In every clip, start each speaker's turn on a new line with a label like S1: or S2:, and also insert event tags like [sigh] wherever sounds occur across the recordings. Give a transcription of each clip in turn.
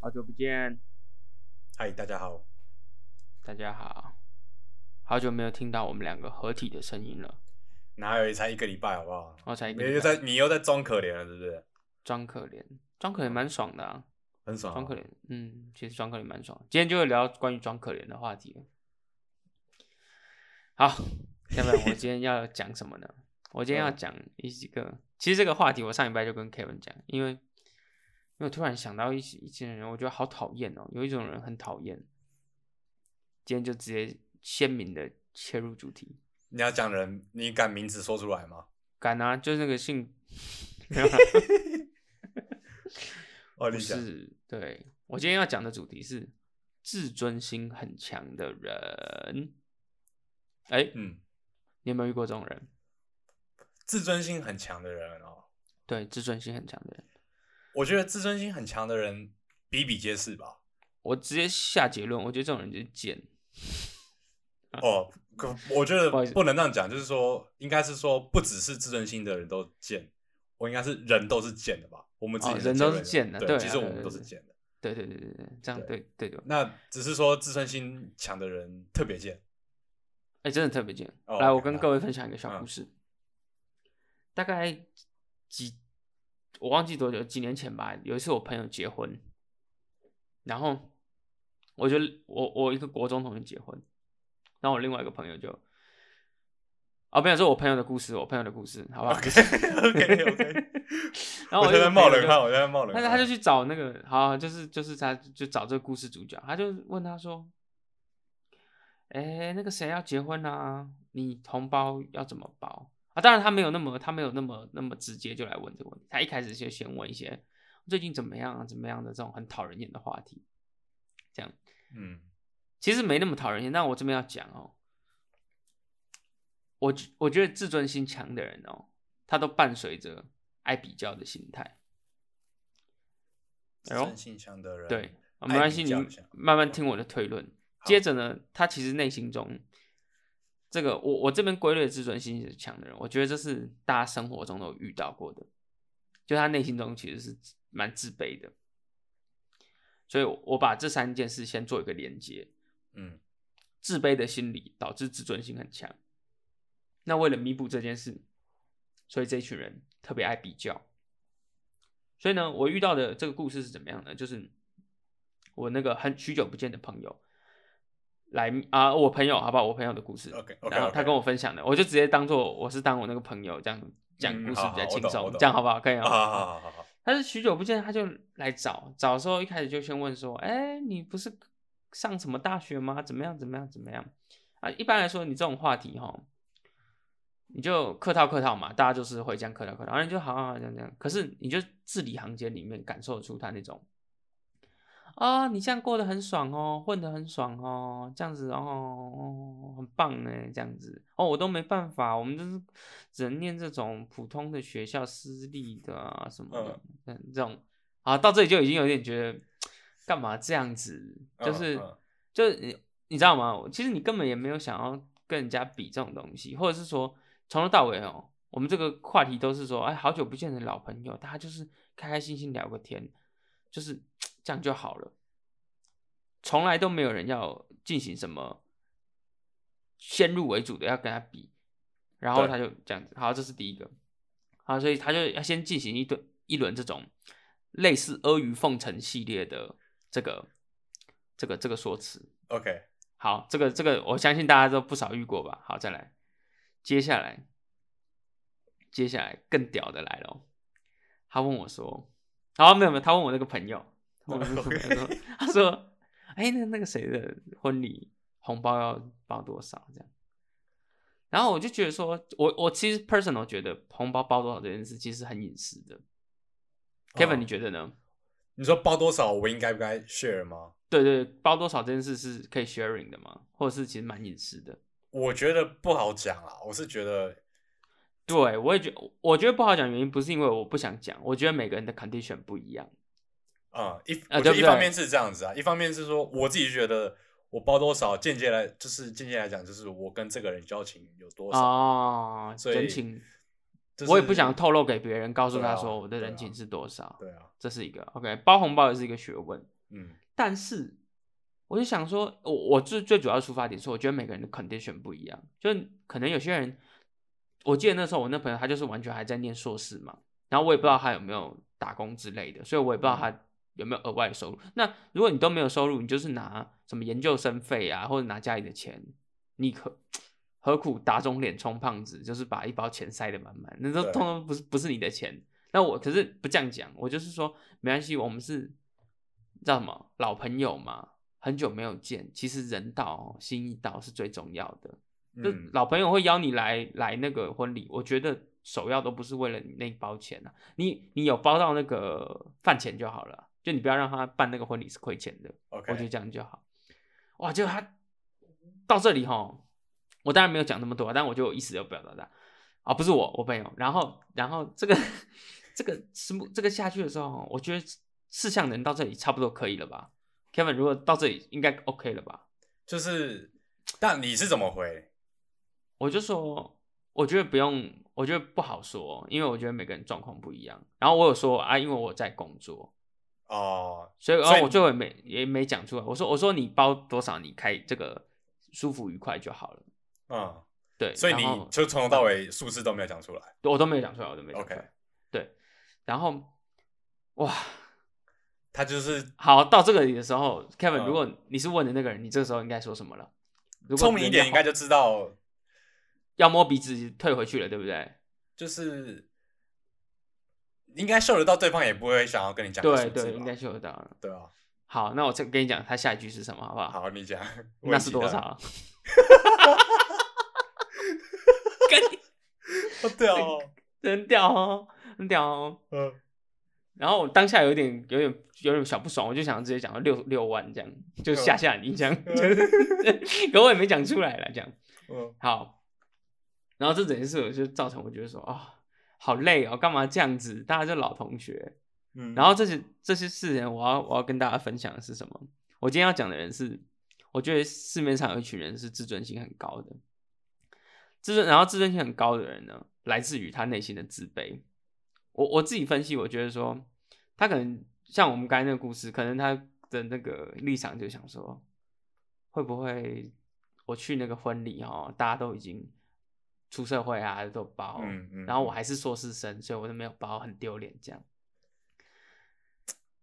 S1: 好久不见，
S2: 嗨，大家好。
S1: 大家好，好久没有听到我们两个合体的声音了。
S2: 哪有才一个礼拜好不好？
S1: 我、才一个
S2: 你
S1: 礼
S2: 又
S1: 拜
S2: 在你又在装可怜了，是不是？
S1: 装可怜，装可怜蛮爽的啊，
S2: 很爽、
S1: 装可怜，嗯，其实装可怜蛮爽。今天就会聊关于装可怜的话题了。好，下面我今天要讲什么呢？我今天要
S2: 嗯
S1: 讲一个，其实这个话题我上礼拜就跟 Kevin 讲，因为因为我突然想到一些一些人，我觉得好讨厌哦，有一种人很讨厌。今天就直接鲜明的切入主题，
S2: 你要讲人，你敢名字说出来吗？
S1: 敢啊，就是那个姓，没有啦
S2: 哦，
S1: 不
S2: 你讲
S1: 是，对我今天要讲的主题是自尊心很强的人。哎、
S2: 嗯，
S1: 你有没有遇过这种人？
S2: 自尊心很强的人哦，
S1: 对，自尊心很强的人，
S2: 我觉得自尊心很强的人比比皆是吧。
S1: 我直接下结论，我觉得这种人就是贱。
S2: 哦，可我觉得
S1: 啊不好意思
S2: 不能这样讲，就是说，应该是说，不只是自尊心的人都贱，我应该是人都是贱的吧。我们自己
S1: 哦
S2: 的
S1: 人
S2: 结
S1: 都
S2: 论
S1: 是贱的
S2: 对，
S1: 对
S2: 其
S1: 啊
S2: 实我
S1: 对
S2: 们
S1: 对
S2: 都是
S1: 对
S2: 贱的。
S1: 对对对对对，这样对对对，哎、
S2: 那只是说自尊心强的人特别贱。
S1: 哎真的特别贱。
S2: 哦
S1: 来，
S2: ，OK，
S1: 我跟
S2: 好
S1: 各位分享一个小
S2: 嗯
S1: 故事。大概几，我忘记多久，几年前吧。有一次我朋友结婚，然后我就我我一个国中同学结婚，然后我另外一个朋友就，哦，不想说我朋友的故事，我朋友的故事，好不好
S2: OK [laughs] OK，
S1: [laughs] 然后
S2: 我
S1: 就
S2: 现在冒冷
S1: 人
S2: 汗，我现在冒冷
S1: 但
S2: 汗。
S1: 是他就去找那个，好、就是就是他就找这个故事主角，他就问他说：“哎、那个谁要结婚啊？你红包要怎么包啊？”当然他没有那么他没有那么那么直接就来问这个问题，他一开始就先问一些最近怎么样啊怎么样的这种很讨人厌的话题，这样
S2: 嗯，
S1: 其实没那么讨人厌。但我这边要讲哦，我觉我觉得自尊心强的人哦，他都伴随着爱比较的心态。
S2: 自
S1: 哎呦
S2: 尊心强的人，
S1: 对，啊
S2: 爱
S1: 没关
S2: 比
S1: 系，你
S2: 较一下
S1: 慢慢听我的推论。接着呢，他其实内心中这个我我这边归类自尊心是强的人，我觉得这是大家生活中都有遇到过的，就他内心中其实是蛮自卑的。所以我，我把这三件事先做一个连接：
S2: 嗯，
S1: 自卑的心理导致自尊心很强。那为了弥补这件事，所以这一群人特别爱比较。所以呢，我遇到的这个故事是怎么样呢？就是我那个很许久不见的朋友来啊、我朋友好不好？我朋友的故事
S2: OK，OK，OK
S1: 然后他跟我分享的，我就直接当做我是当我那个朋友这样讲
S2: 嗯
S1: 故事
S2: 好
S1: 比较
S2: 好我
S1: 轻
S2: 懂
S1: 松，
S2: 我懂
S1: 这样好不好？可以哦
S2: 好
S1: 吗？
S2: 啊好好好好，
S1: 他是许久不见，他就来找，找的时候一开始就先问说：“哎、你不是上什么大学吗？怎么样？怎么样？怎么样？”啊，一般来说，你这种话题哈，你就客套客套嘛，大家就是会这样客套客套，然后你就好好好这样这样。可是你就字里行间里面感受出他那种啊、你这样过得很爽哦，混得很爽哦，这样子哦，哦很棒呢，这样子哦，我都没办法，我们就是只能念这种普通的学校，私立的啊什么的，嗯，这种啊，到这里就已经有点觉得干嘛这样子，
S2: 嗯
S1: 就是、
S2: 嗯
S1: 就是你你知道吗？其实你根本也没有想要跟人家比这种东西，或者是说从头到尾哦，我们这个话题都是说，哎，好久不见的老朋友，大家就是开开心心聊个天，就是这样就好了。从来都没有人要进行什么先入为主的要跟他比，然后
S2: 对
S1: 他就这样子。好，这是第一个。好，所以他就要先进行一顿一轮这种类似阿谀奉承系列的这个这个这个说辞。
S2: OK，
S1: 好，这个这个我相信大家都不少遇过吧。好，再来，接下来，接下来更屌的来了哦。他问我说：“好，没有没有，他问我那个朋友，我那个朋友说他说，哎、那那个谁的婚礼红包要包多少？这样。”然后我就觉得说，我我其实 personal 觉得红包包多少这件事其实很隐私的。Kevin，、
S2: 哦
S1: 你觉得呢？
S2: 你说包多少，我应该不该 share 吗？
S1: 对对，包多少这件事是可以 sharing 的吗？或者是其实蛮隐私的？
S2: 我觉得不好讲啦，我是觉得
S1: 对，我也觉我觉得不好讲，原因不是因为我不想讲，我觉得每个人的 condition 不一样。
S2: 啊，一
S1: 啊
S2: 我
S1: 对
S2: 觉
S1: 不
S2: 得
S1: 对
S2: 一方面是这样子啊，一方面是说我自己觉得我包多少，间接来就是间接来讲，就是我跟这个人交情有多少，
S1: 哦，
S2: 所以
S1: 人情，
S2: 就是
S1: 我也不想透露给别人，告诉
S2: 对
S1: 他
S2: 啊
S1: 说我的
S2: 对
S1: 人
S2: 啊
S1: 情是多少，
S2: 对啊，
S1: 这是一个 OK。包红包也是一个学问，
S2: 嗯
S1: 但是我就想说，我我最最主要的出发点是，我觉得每个人的 condition 不一样，就是可能有些人，我记得那时候我那朋友他就是完全还在念硕士嘛，然后我也不知道他有没有打工之类的，所以我也不知道他有没有额外的收入。那如果你都没有收入，你就是拿什么研究生费啊，或者拿家里的钱，你可何苦打肿脸充胖子，就是把一包钱塞得满满，那都
S2: 对
S1: 通通不是不是你的钱。那我可是不这样讲，我就是说没关系，我们是知道什么老朋友嘛，很久没有见，其实人到心意到是最重要的。就
S2: 嗯，
S1: 老朋友会邀你来来那个婚礼，我觉得首要都不是为了你那一包钱啊，你你有包到那个饭钱就好了，就你不要让他办那个婚礼是亏钱的。我觉得
S2: OK，
S1: 这样就好。哇，就他到这里哈，我当然没有讲那么多，啊但我就有意思要表达的啊，不是我，我朋友。然后，然后这个这个是这个下去的时候齁，我觉得四项人到这里差不多可以了吧？Kevin，如果到这里应该 OK 了吧？
S2: 就是，但你是怎么回？
S1: 我就说，我觉得不用，我觉得不好说，因为我觉得每个人状况不一样。然后我有说啊，因为我在工作，
S2: 哦，
S1: 所以，然
S2: 所
S1: 后
S2: 以你
S1: 我最后也没也没讲出来。我说，我说你包多少，你开这个舒服愉快就好了。
S2: 嗯，
S1: 对，
S2: 所以你
S1: 然后嗯
S2: 就从头到尾数字都没有讲出来。
S1: 我都没有讲出来，我都没有讲出
S2: OK
S1: 来。对，然后哇，
S2: 他就是
S1: 好，到这个里的时候，Kevin，、
S2: 嗯
S1: 如果你是问的那个人，你这个时候应该说什么了？如果
S2: 聪明一点，应该就知道，
S1: 要摸鼻子退回去了，对不对？
S2: 就是应该嗅得到对方也不会想要跟你讲个
S1: 对
S2: 数字
S1: 对，
S2: 吧
S1: 应该嗅得到了。
S2: 对啊。
S1: 好，那我再跟你讲，他下一句是什么，好不好？
S2: 好，你讲，我
S1: [laughs] 那
S2: 也
S1: 是
S2: 记
S1: 多
S2: 得？
S1: 少？ [laughs]
S2: 哦对哦，
S1: 很屌哦，很屌哦。
S2: 嗯，
S1: 然后我当下有点、有点、有点小不爽，我就想直接讲到六六万这样，就吓吓你这样，就是， [laughs] 可我也没讲出来了这样。
S2: 嗯
S1: 好，然后这整件事我就造成我觉得说啊、好累哦，干嘛这样子？大家就老同学。
S2: 嗯，
S1: 然后这些这些事情，我要我要跟大家分享的是什么？我今天要讲的人是，我觉得市面上有一群人是自尊心很高的，自尊，然后自尊心很高的人呢，来自于他内心的自卑。我我自己分析，我觉得说，他可能像我们刚才那个故事，可能他的那个立场就想说，会不会我去那个婚礼哦，大家都已经出社会啊，都包，
S2: 嗯嗯
S1: 然后我还是硕士生，所以我都没有包，很丢脸这样。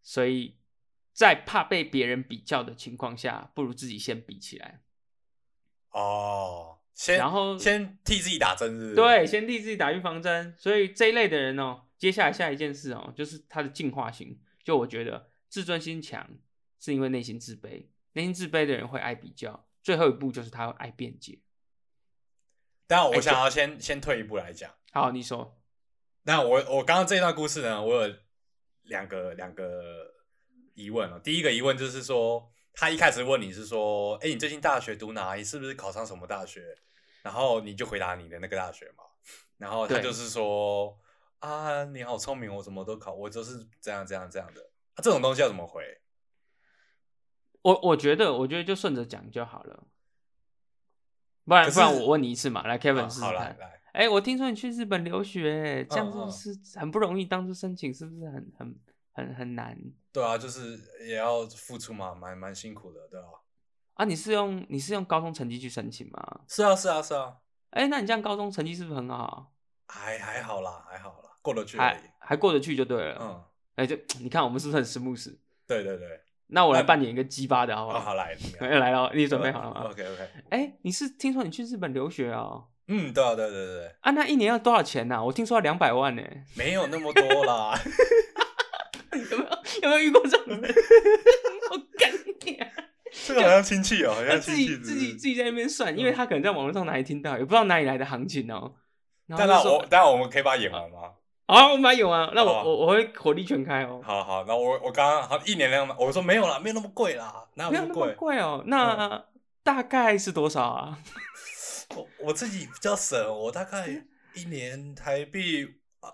S1: 所以在怕被别人比较的情况下，不如自己先比起来。
S2: 哦，先
S1: 然后
S2: 先替自己打针是不是？
S1: 对，先替自己打预防针。所以这一类的人哦，接下来下一件事哦，就是他的进化型。就我觉得自尊心强是因为内心自卑，内心自卑的人会爱比较，最后一步就是他会爱辩解。
S2: 但
S1: 哎
S2: 我想要先先退一步来讲。
S1: 好，你说，
S2: 那我我刚刚这段故事呢，我有两个两个疑问哦。第一个疑问就是说，他一开始问你是说，哎，你最近大学读哪？你是不是考上什么大学？然后你就回答你的那个大学嘛。然后他
S1: 对
S2: 就是说，啊，你好聪明，我怎么都考，我就是这样这样这样的。啊、这种东西要怎么回？
S1: 我我觉得，我觉得就顺着讲就好了。不然
S2: 可是
S1: 不然，我问你一次嘛，来
S2: 啊
S1: Kevin 试试
S2: 好
S1: 看。
S2: 来来，
S1: 哎、我听说你去日本留学，这样
S2: 嗯嗯
S1: 是不是很不容易？当初申请是不是很很很很难
S2: 对啊，就是也要付出嘛，蛮蛮辛苦的，对吧、
S1: 啊？你是用你是用高中成绩去申请吗？
S2: 是啊，是啊，是啊，
S1: 哎、那你这样高中成绩是不是很好？
S2: 还还好啦，还好啦，过得去而已
S1: 还。还过得去就对了。
S2: 嗯，
S1: 哎、就你看我们是不是很实木实？
S2: 对对对，
S1: 那我来
S2: 那
S1: 扮演一个鸡巴的好不
S2: 哎哦，
S1: 好？
S2: 好来，你来
S1: [laughs] 来啊了，你准备好了吗？
S2: ？OK OK，
S1: 哎、你是听说你去日本留学哦？
S2: 嗯，对啊，对对对对，
S1: 啊，那一年要多少钱呐、我听说要两百万呢、 [laughs]
S2: 没有那么多啦，
S1: 有没有有没有遇过这种人？ [laughs] 我干你啊、
S2: 这个好像亲戚哦，好
S1: 他
S2: 像
S1: 哎自
S2: 亲
S1: 己
S2: 戚
S1: 自己自
S2: 己。
S1: 己在那边算，
S2: 嗯
S1: 因为他可能在网络上哪里听到，也不知道哪里来的行情哦。然后
S2: 但
S1: 他
S2: 那
S1: 就
S2: 我
S1: 说
S2: 但我们可以把它演完吗？
S1: 啊，我买有啊，那我
S2: 好啊
S1: 我我会火力全开哦，
S2: 好好，那我我刚刚好一年两百，我说没有啦，没有那么贵啦，哪有
S1: 没有
S2: 那
S1: 那
S2: 么
S1: 么
S2: 贵？嗯
S1: 贵哦。那大概是多少啊？
S2: 我我自己比较省，我大概一年台币啊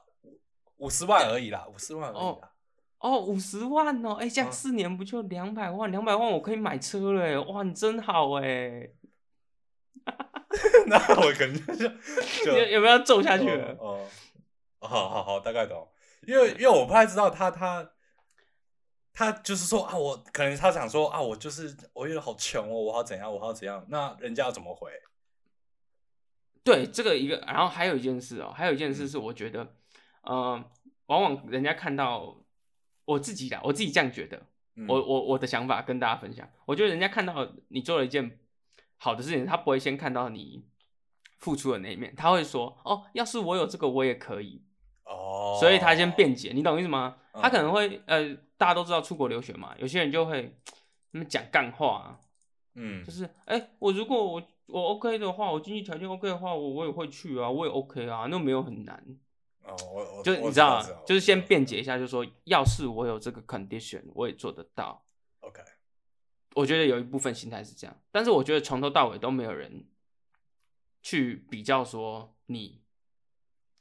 S2: 五十万而已啦，五十万而已啦。
S1: 哦，五十万哦，哎，这样
S2: 嗯
S1: 四年不就两百万？两百万我可以买车了耶，哇，你真好哎！
S2: [laughs] 那我可能就就
S1: 有有没有要揍下去了？
S2: 嗯哦哦，哦好好好，大概懂，因为因为我不太知道他他他就是说啊，我可能他想说啊，我就是我觉得好穷哦，我好怎样，我好怎样，那人家要怎么回？
S1: 对，这个一个，然后还有一件事哦，还有一件
S2: 嗯
S1: 事是我觉得，呃，往往人家看到我自己的，我自己这样觉得，
S2: 嗯、
S1: 我我我的想法跟大家分享，我觉得人家看到你做了一件好的事情，他不会先看到你付出的那一面，他会说哦，要是我有这个我也可以，
S2: 哦，
S1: 所以他先辩解，你懂意思吗？
S2: 嗯
S1: 他可能会呃，大家都知道出国留学嘛，有些人就会那么讲干话、啊，
S2: 嗯
S1: 就是哎、我如果我我 OK 的话，我经济条件 OK 的话，我我也会去啊，我也 OK 啊，那没有很难。
S2: 哦，我我
S1: 就
S2: 我
S1: 你知
S2: 知
S1: 道
S2: 道
S1: 啊，就是先辩解一下，就说要是我有这个 condition，我也做得到。
S2: ，OK，
S1: 我觉得有一部分心态是这样，但是我觉得从头到尾都没有人去比较说你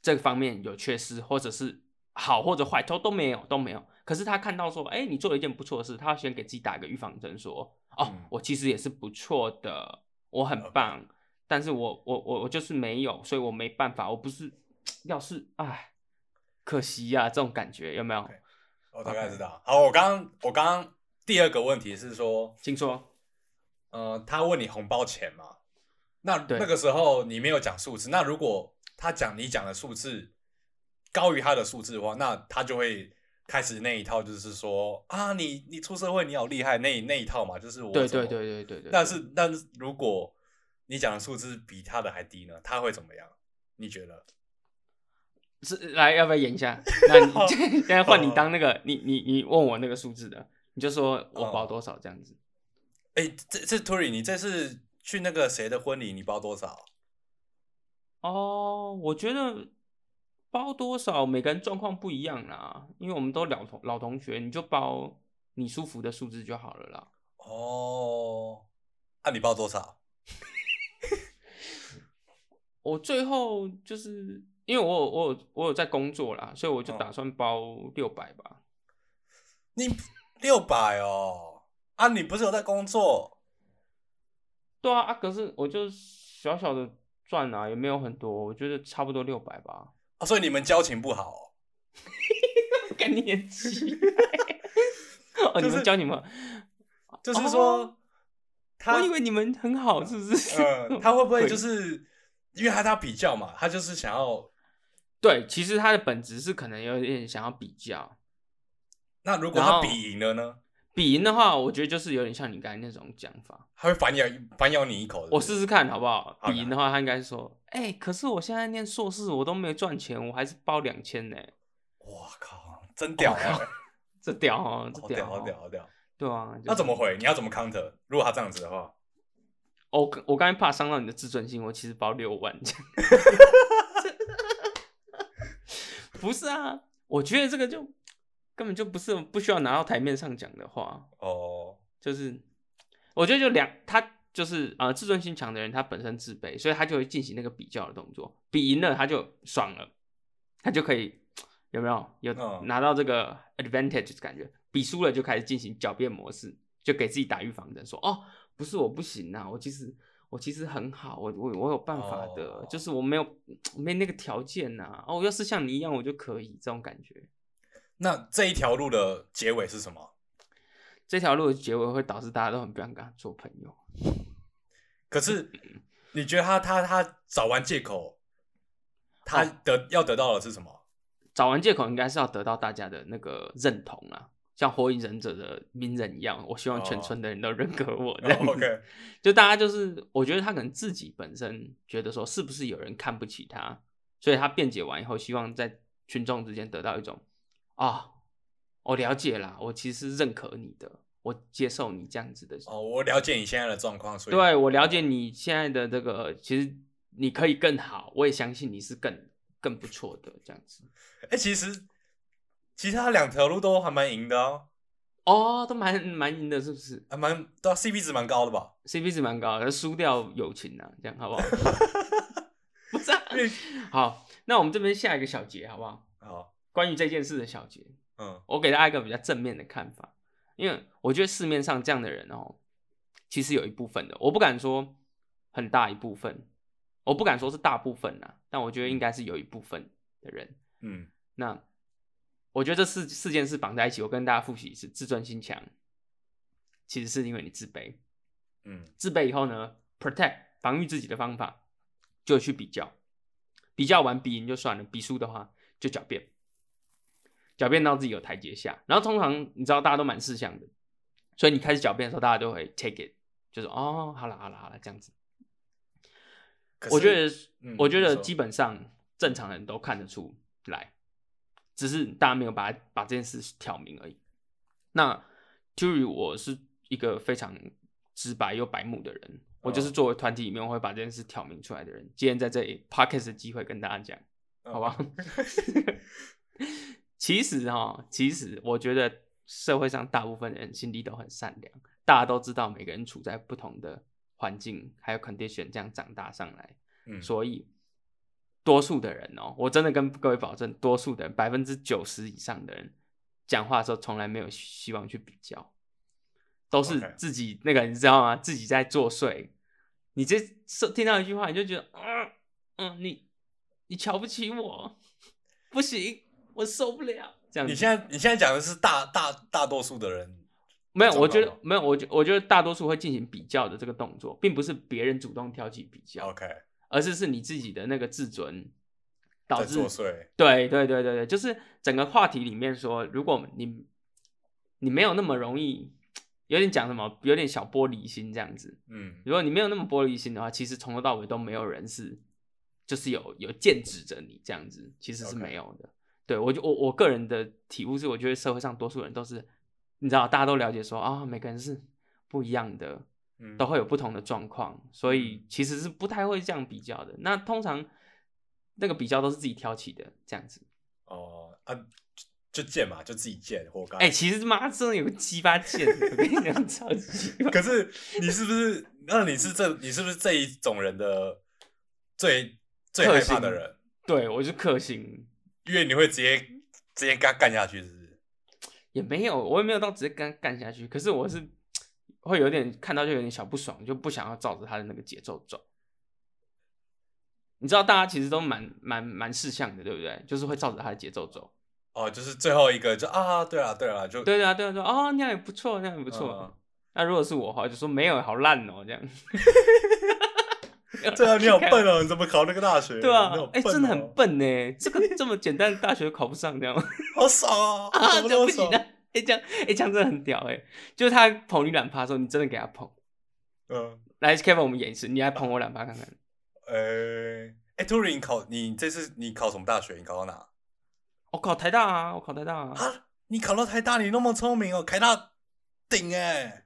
S1: 这个方面有缺失，或者是好或者坏，都都没有都没有。可是他看到说，哎、你做了一件不错的事，他要先给自己打一个预防针，说，哦
S2: 嗯，
S1: 我其实也是不错的，我很棒，但是我我我我就是没有，所以我没办法，我不是，要是哎，可惜呀、这种感觉有没有？
S2: OK 我大概
S1: OK
S2: 知道。好，我刚刚我刚刚第二个问题是说，
S1: 听说，
S2: 呃，他问你红包钱嘛？那
S1: 对
S2: 那个时候你没有讲数字，那如果他讲你讲的数字高于他的数字的话，那他就会开始那一套，就是说啊，你你出社会你好厉害那那一套嘛，就是我
S1: 对
S2: 怎么
S1: 对对对对对，
S2: 但是但是如果你讲的数字比他的还低呢，他会怎么样？你觉得？
S1: 是来，要不要演一 [laughs] 下？那你
S2: 好
S1: 现在换你当那个，你你你问我那个数字的，你就说我包
S2: 哦
S1: 多少这样子。
S2: 哎，这这 Tory，你这次去那个谁的婚礼，你包多少？
S1: 哦，我觉得包多少每个人状况不一样啦，因为我们都老同老同学，你就包你舒服的数字就好了啦。
S2: 哦，那、你包多少？
S1: 我最后就是因为我有我有我有在工作啦，所以我就嗯
S2: 哦
S1: 打算包六百吧。
S2: 你六百哦。啊，你不是有在工作？
S1: 对啊，啊，可是我就小小的赚啊，也没有很多，我觉得差不多六百吧。
S2: 啊，所以你们交情不好、哦。 [laughs]
S1: 跟你很奇怪。 [laughs] 哦，
S2: 就是
S1: 你们教你们，
S2: 就是说，
S1: 哦
S2: 他
S1: 我以为你们很好，是不是？ [laughs]
S2: 嗯，他会不会就是因为他他比较嘛，他就是想要。
S1: 对，其实他的本质是可能有点想要比较，
S2: 那如果
S1: 然
S2: 他
S1: 后
S2: 比赢了呢？
S1: 比赢的话，我觉得就是有点像你刚才那种讲法。
S2: 他会反咬反咬你一口是
S1: 我
S2: 不是
S1: 试试看好不好？
S2: 好的
S1: 比赢的话，他应该说，哎、可是我现在念硕士，我都没有赚钱，我还是包两千呢，
S2: 哇靠，真屌、欸！
S1: 这屌哦，这
S2: 好屌，
S1: 哦
S2: 好屌，好屌！
S1: 对啊，就是
S2: 那怎么回？你要怎么 counter？如果他这样子的话，
S1: 哦我我刚才怕伤到你的自尊心，我其实包六万这样。 [laughs] 不是啊，我觉得这个就根本就不是不需要拿到台面上讲的话，
S2: 哦，
S1: 就是我觉得就两他就是呃自尊心强的人，他本身自卑，所以他就会进行那个比较的动作，比赢了他就爽了，他就可以有没有有
S2: 嗯
S1: 拿到这个 advantage 的感觉，比输了就开始进行狡辩模式，就给自己打预防针，说哦不是我不行啊，我其实。我其实很好，我我我有办法的
S2: 哦
S1: 就是我没有没那个条件呐、哦，要是像你一样，我就可以这种感觉。
S2: 那这一条路的结尾是什么？
S1: 这条路的结尾会导致大家都很不想跟他做朋友。
S2: 可是你觉得他他他找完借口，他
S1: 哦
S2: 得、要得到的是什么？
S1: 找完借口应该是要得到大家的那个认同啊，像火影忍者的鸣人一样，我希望全村的人都认可我。这样子
S2: 哦 OK
S1: [laughs] 就大家就是，我觉得他可能自己本身觉得说，是不是有人看不起他，所以他辩解完以后，希望在群众之间得到一种啊，我了解啦，我其实是认可你的，我接受你这样子的
S2: 哦，我了解你现在的状况，所以
S1: 对我了解你现在的这个，其实你可以更好，我也相信你是更更不错的这样子。
S2: 哎、其实其实他两条路都还蛮赢的哦，
S1: 哦，都蛮蛮赢的，是不是
S2: 还蛮对、啊、，CP 值蛮高的吧？
S1: ？CP 值蛮高的，输掉友情啊，这样好不好？ [laughs] 不是、啊，好，那我们这边下一个小节好不好？
S2: 好，
S1: 关于这件事的小节，
S2: 哦嗯
S1: 我给大家一个比较正面的看法，因为我觉得市面上这样的人哦，其实有一部分的，我不敢说很大一部分，我不敢说是大部分啊，但我觉得应该是有一部分的人，
S2: 嗯
S1: 那我觉得这四四件事绑在一起，我跟大家复习一次：自尊心强，其实是因为你自卑。
S2: 嗯
S1: 自卑以后呢，protect 防御自己的方法就去比较，比较完比赢就算了，比输的话就狡辩，狡辩到自己有台阶下。然后通常你知道大家都蛮识相的，所以你开始狡辩的时候，大家都会 take it，就是哦，好啦好啦好啦这样子。
S2: 可
S1: 我
S2: 是
S1: 觉得，
S2: 嗯
S1: 我觉
S2: 你
S1: 得
S2: 说
S1: 基本上正常人都看得出来，只是大家没有把它把这件事挑明而已。那 j u r y 我是一个非常直白又白目的人，我就是
S2: 哦
S1: 作为团体里面我会把这件事挑明出来的人。今天在这里 podcast 的机会跟大家讲，
S2: 嗯
S1: 好吧？ [laughs] 其实哈，其实我觉得社会上大部分人心地都很善良，大家都知道每个人处在不同的环境还有 condition 这样长大上来，
S2: 嗯，
S1: 所以多数的人哦，我真的跟各位保证，多数的人百分之九十以上的人讲话的时候，从来没有希望去比较，都是
S2: OK
S1: 自己那个你知道吗？自己在作祟。你这说听到一句话，你就觉得，嗯嗯，你你瞧不起我，不行，我受不了。这样子
S2: 你现在你现在讲的是大大大多数的人，
S1: 没有，
S2: 糟
S1: 我
S2: 糕
S1: 觉得
S2: 吗
S1: 没有，我觉我觉得大多数会进行比较的这个动作，并不是别人主动挑起比较，
S2: OK
S1: 而是是你自己的那个自尊导
S2: 在
S1: 致
S2: 作祟，
S1: 对对对对对，就是整个话题里面说，如果你你没有那么容易，有点讲什么，有点小玻璃心这样子。
S2: 嗯
S1: 如果你没有那么玻璃心的话，其实从头到尾都没有人是就是有有剑指着你这样子，其实是
S2: OK
S1: 没有的。对我就我我个人的体悟是，我觉得社会上多数人都是，你知道，大家都了解说啊、每个人是不一样的，
S2: 嗯，
S1: 都会有不同的状况，所以其实是不太会这样比较的。那通常那个比较都是自己挑起的，这样子。
S2: 哦啊，就就贱嘛，就自己贱，活该。
S1: 哎、其实妈真的有个鸡巴贱，我跟你讲 [laughs] 超级巴。
S2: 可是你是不是？那你是这你是不是这一种人的最最害怕的人？
S1: 对我就克星，
S2: 因为你会直接直接跟他干下去，是不是？
S1: 也没有，我也没有到直接跟他干下去，可是我是会有点看到就有点小不爽，就不想要照着他的那个节奏走。你知道大家其实都蛮蛮蛮识相的，对不对？就是会照着他的节奏走。
S2: 哦，就是最后一个就啊，对啊，对啊，就
S1: 对啊，对啊，对啊，哦，那样也不错，那样也不错。
S2: 嗯
S1: 那如果是我的话，我就说没有，好烂哦，这样。
S2: 对啊，你好
S1: 笨。
S2: 笨哦，你怎么考那个大学？
S1: 对啊
S2: 你好，
S1: 哎、
S2: 笨哦
S1: 真的很，笨呢。这个这么简单的大学考不上，这样
S2: 好爽哦，
S1: 啊，
S2: 怎么
S1: 这样
S2: 那
S1: 不
S2: 么
S1: 行
S2: 爽
S1: 啊！哎、这样哎、这样真的很屌哎、就是他捧你两趴的时候，你真的给他捧。
S2: 嗯，
S1: 来，Kevin，我们演一次，你来捧我两趴看看。
S2: 哎哎，突然你考你这次你考什么大学？你考到哪？
S1: 我考台大啊，我考台大啊。
S2: 啊，你考到台大，你那么聪明哦，台大顶哎。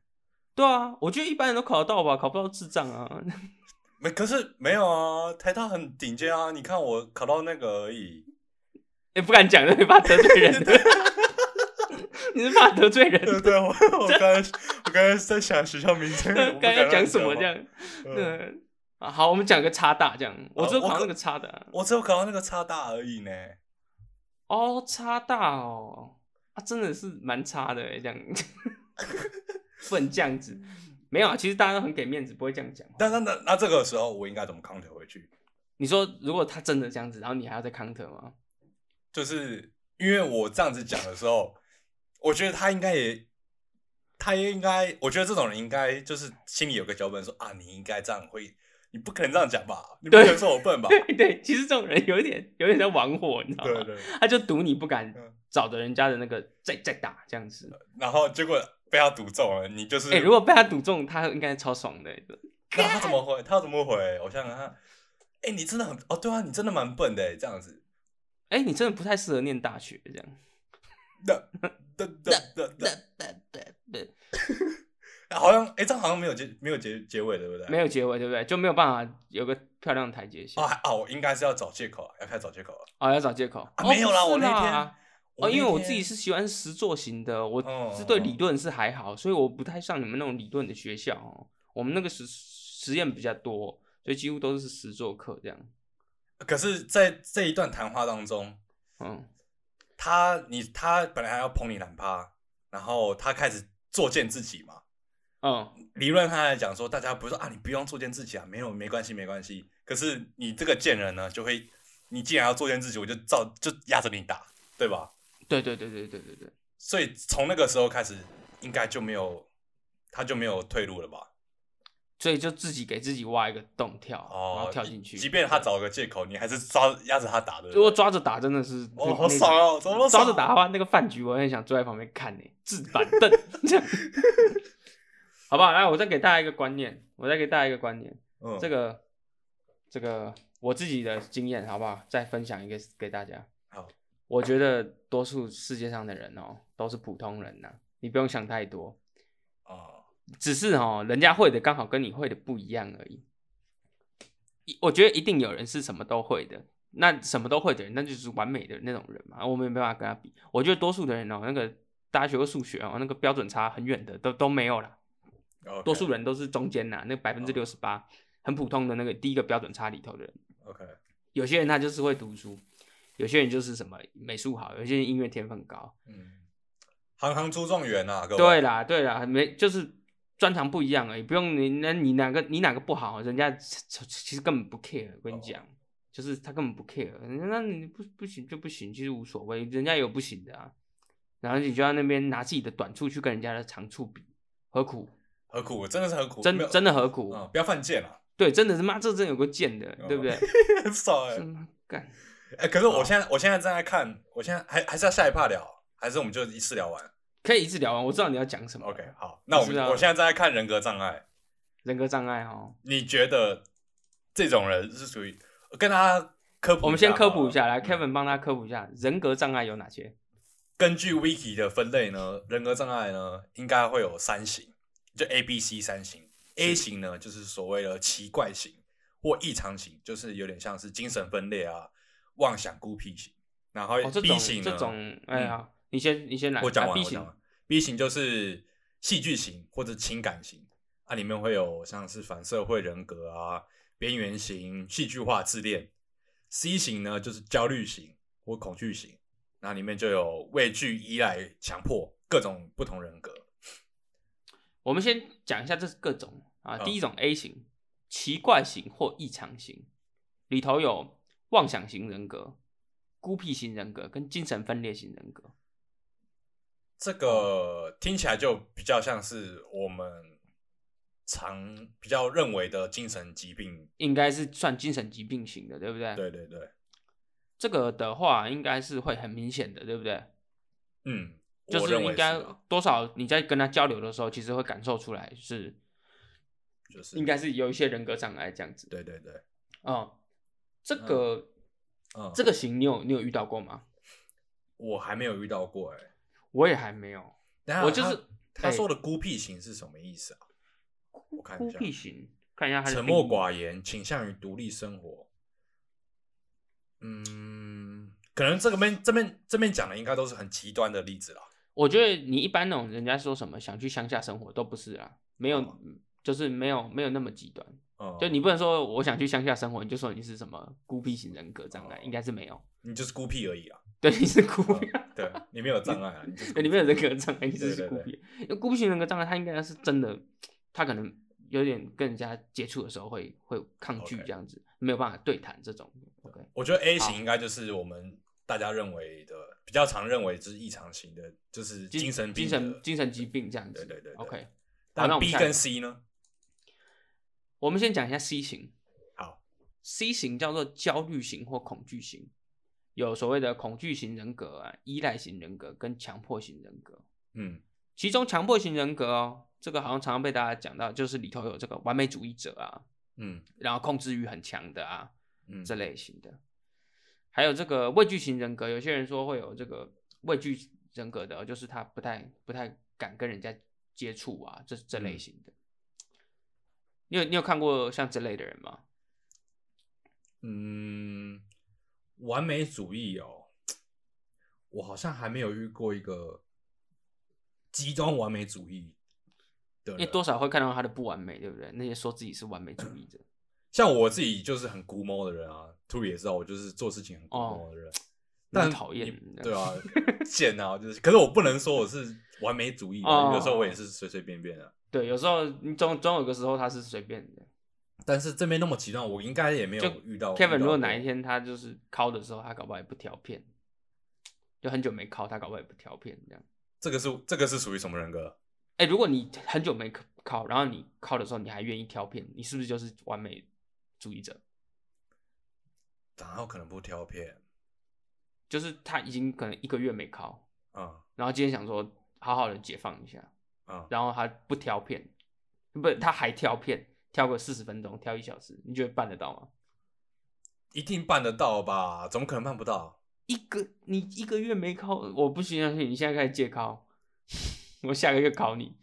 S1: 对啊，我觉得一般人都考得到吧，考不到智障啊。 [laughs]
S2: 没，可是没有啊，台大很顶尖啊！你看我考到那个而已，
S1: 也、哎不敢讲， [laughs] 对怕得罪人。 [laughs] 你是怕得罪 [laughs]
S2: 对
S1: 人？
S2: 对，我我刚才我刚才在想学校名称，我不
S1: 刚才
S2: 敢
S1: 讲
S2: 乱
S1: 什么这
S2: 话？
S1: 样？
S2: 嗯，
S1: 嗯，啊好，我们讲个差大这样。我只有
S2: 我
S1: 考
S2: 考
S1: 那个差的。
S2: 我只有考到那个差大而已呢。
S1: 哦，差大哦，啊，真的是蛮差的欸这样， [laughs] 不能这样子。没有啊，其实大家都很给面子，不会这样讲话。
S2: 但那那那这个时候我应该怎么 counter 回去？
S1: 你说，如果他真的这样子，然后你还要再 counter 吗？ [laughs]
S2: 就是因为我这样子讲的时候，我觉得他应该也，他也应该，我觉得这种人应该就是心里有个脚本说啊，你应该这样会，你不可能这样讲吧？你不
S1: 对
S2: 可能说我
S1: [laughs]
S2: 笨吧？
S1: 对对，其实这种人有一点有一点在玩火，你知道吗？
S2: 对对。
S1: 他就赌你不敢
S2: 嗯
S1: 找着人家的那个再再打这样子。
S2: 然后结果被他赌中了，你就是
S1: 哎、如果被他赌中，他应该超爽的欸。
S2: 那他怎么回？他怎么回？我想想看，哎、你真的很哦，对啊，你真的蛮笨的，这样子。
S1: 哎、你真的不太适合念大学这样。 [laughs]
S2: 的的的的的，好像哎、这样好像没有结没有结结尾，对不对？
S1: 没有结尾，对不对？就没有办法有个漂亮的台阶下。
S2: 哦还哦，我应该是要找借口啊，要开始找借口了。
S1: 哦，要找借口、
S2: 啊
S1: 哦
S2: 没有啦
S1: 不是
S2: 我那天
S1: 啦
S2: 那
S1: 哦，因为我
S2: 天
S1: 自己是喜欢实作型的，我
S2: 哦
S1: 是对
S2: 哦
S1: 理论是还好，所以我不太上你们那种理论的学校哦。我们那个实实验比较多，所以几乎都是实作课这样。
S2: 可是，在这一段谈话当中，
S1: 嗯，
S2: 他你他本来还要捧你懒趴，然后他开始作践自己嘛。
S1: 嗯，
S2: 理论上来讲说，大家不是说啊，你不用作践自己啊，没有没关系没关系。可是你这个贱人呢，就会你既然要作践自己，我就照就压着你打，对吧？
S1: 对对对对对对对，
S2: 所以从那个时候开始，应该就没有他就没有退路了吧？
S1: 所以就自己给自己挖一个洞跳，
S2: 哦，
S1: 然后跳进去。
S2: 即便他找个借口，你还是抓压着他打的。
S1: 如果抓着打，真的是
S2: 哦，
S1: 那
S2: 好爽哦，怎么那
S1: 那
S2: 么
S1: 抓
S2: 爽
S1: 着打的话，那个饭局我很想坐在旁边看呢、置板凳 [laughs] 这样，好不好？来，我再给大家一个观念，我再给大家一个观念，
S2: 嗯，
S1: 这个这个我自己的经验，好不好？再分享一个给大家。
S2: 好，
S1: 我觉得多数世界上的人哦，都是普通人呐、你不用想太多，
S2: 啊，
S1: 只是哦，人家会的刚好跟你会的不一样而已。一我觉得一定有人是什么都会的，那什么都会的人，那就是完美的那种人嘛。我们也没办法跟他比。我觉得多数的人哦，那个大家学过数学哦，那个标准差很远的都都没有啦。
S2: OK，
S1: 多数人都是中间呐，那百分之六十八很普通的那个第一个标准差里头的人。
S2: OK，
S1: 有些人他就是会读书，有些人就是什么美术好，有些人音乐天分高。
S2: 嗯，行行出状元啊，各位。
S1: 对啦，对啦，没就是专长不一样而已，不用你那你哪个你哪个不好，人家其实根本不 care。我跟你
S2: 哦
S1: 讲，就是他根本不 care，那嗯你不不行就不行，其实无所谓，人家有不行的啊。然后你就在那边拿自己的短处去跟人家的长处比，何苦？
S2: 何苦？真的是何苦？
S1: 真
S2: 没有
S1: 真的何苦？
S2: 嗯，不哦要犯贱啊， [laughs]
S1: 对，真的是妈，这真有个贱的，对不对？ [laughs]
S2: 很少哎、
S1: 是吗？干，
S2: 哎、可是我现在，我现在正在看，我现在还还是要下一趴聊，还是我们就一次聊完
S1: 可以一次聊啊完，我知道你要讲什么。
S2: ？OK，好，那我
S1: 一
S2: 们
S1: 次聊完
S2: 我现在正在看人格障碍，
S1: 人格障碍哦，
S2: 你觉得这种人是属于跟他科普？
S1: 我们先科普一下，来、
S2: 嗯
S1: Kevin 帮他科普一下人格障碍有哪些。
S2: 根据 Wiki 的分类呢，人格障碍呢应该会有三型，就 A、B、C 三型。A 型呢就是所谓的奇怪型或异常型，就是有点像是精神分裂啊、妄想孤僻型。然后
S1: 哦，这
S2: B
S1: 种
S2: 型呢，嗯
S1: 这种，哎呀，你先你先来，
S2: 我讲
S1: 来
S2: 完，
S1: B
S2: 我讲
S1: 型
S2: 完。B 型就是戏剧型或者情感型，它、里面会有像是反社会人格啊、边缘型、戏剧化自恋。C 型呢就是焦虑型或恐惧型，那里面就有畏惧、依赖、强迫各种不同人格。
S1: 我们先讲一下这是各种啊，
S2: 嗯
S1: 第一种 A 型，奇怪型或异常型，里头有妄想型人格、孤僻型人格跟精神分裂型人格。
S2: 这个听起来就比较像是我们常比较认为的精神疾病。
S1: 应该是算精神疾病型的，对不对？
S2: 对对对，
S1: 这个的话，应该是会很明显的，对不对？
S2: 嗯，
S1: 就
S2: 我认为
S1: 应该
S2: 是啊
S1: 多少你在跟他交流的时候，其实会感受出来是
S2: 就是
S1: 应该是有一些人格障碍这样子。
S2: 对对对，
S1: 嗯，这个、
S2: 嗯，
S1: 这个型你有你有遇到过吗？
S2: 我还没有遇到过哎、欸
S1: 我也还没有。
S2: 等一下
S1: 我就是
S2: 他他
S1: 哎
S2: 说的孤僻型是什么意思啊？我看一
S1: 孤
S2: 下
S1: 僻型，看一下他的
S2: 沉
S1: 定义
S2: 默寡言，倾向于独立生活。嗯，可能这个边这边这边讲的应该都是很极端的例子啦。
S1: 我觉得你一般那种人家说什么想去乡下生活都不是啊，没有，
S2: 哦
S1: 就是没有没有那么极端。
S2: 嗯，
S1: 就你不能说我想去乡下生活，你就说你是什么孤僻型人格障碍，
S2: 哦
S1: 应该是没有。
S2: 你就是孤僻而已啊。
S1: 对，你是 [laughs] 孤僻，啊
S2: 嗯对，你没有障碍啊，你就是孤
S1: 对，[laughs]
S2: 僻
S1: 你没有人格障碍，你只
S2: 对
S1: 是
S2: 对
S1: 孤僻。因为孤僻型人格障碍，他应该是真的，他可能有点跟人家接触的时候会会抗拒
S2: OK
S1: 这样子没有办法对谈这种。OK，
S2: 我觉得 A 型应该就是我们大家认为的比较常认为就是异常型的，就是精神病
S1: 精
S2: 的
S1: 神精神疾。病这样子。
S2: 对对对对
S1: OK，好那
S2: 但
S1: 我们
S2: B
S1: 下一
S2: 跟
S1: 个
S2: C 呢？
S1: 我们先讲一下 C 型。
S2: 好
S1: ，C 型叫做焦虑型或恐惧型，有所谓的恐惧型人格啊、依赖型人格跟强迫型人格。
S2: 嗯，
S1: 其中强迫型人格哦，这个好像常常被大家讲到，就是里头有这个完美主义者啊，
S2: 嗯
S1: 然后控制欲很强的啊
S2: 嗯，
S1: 这类型的，还有这个畏惧型人格，有些人说会有这个畏惧人格的，就是他不太不太敢跟人家接触啊，这这类
S2: 嗯
S1: 型的。你有你有看过像这类的人吗？
S2: 嗯，完美主义哦，我好像还没有遇过一个极端完美主义的
S1: 因为
S2: 人。
S1: 多少会看到他的不完美，对不对？那些说自己是完美主义者，
S2: 像我自己就是很孤猫的人啊，兔也知道我就是做事情很孤猫的人， [laughs] 但
S1: 很哦讨厌
S2: 你
S1: [laughs]
S2: 对啊，贱啊，就是。可是我不能说我是完美主义的，啊
S1: 哦
S2: 有时候我也是随随便便啊的。
S1: 对，有时候你总总有个时候他是随便的。
S2: 但是这边那么极端，我应该也没有
S1: 就
S2: 哦遇到。遇
S1: Kevin
S2: 到
S1: 如果
S2: 过
S1: 哪一天他就是敲的时候，他搞不好也不挑片，就很久没考，他搞不好也不挑片这样。
S2: 这个是这个是属于什么人格？
S1: 哎、如果你很久没考考，然后你考的时候你还愿意挑片，你是不是就是完美主义者？
S2: 然后可能不挑片
S1: 就是他已经可能一个月没考，
S2: 啊
S1: 然后今天想说好好的解放一下，
S2: 啊、
S1: 然后他不挑片，不，他还挑片，挑个四十分钟，挑一小时，你觉得办得到吗？
S2: 一定办得到吧？怎么可能办不到？
S1: 一个你一个月没考，我不相信你现在开始戒考， [laughs] 我下个月考你，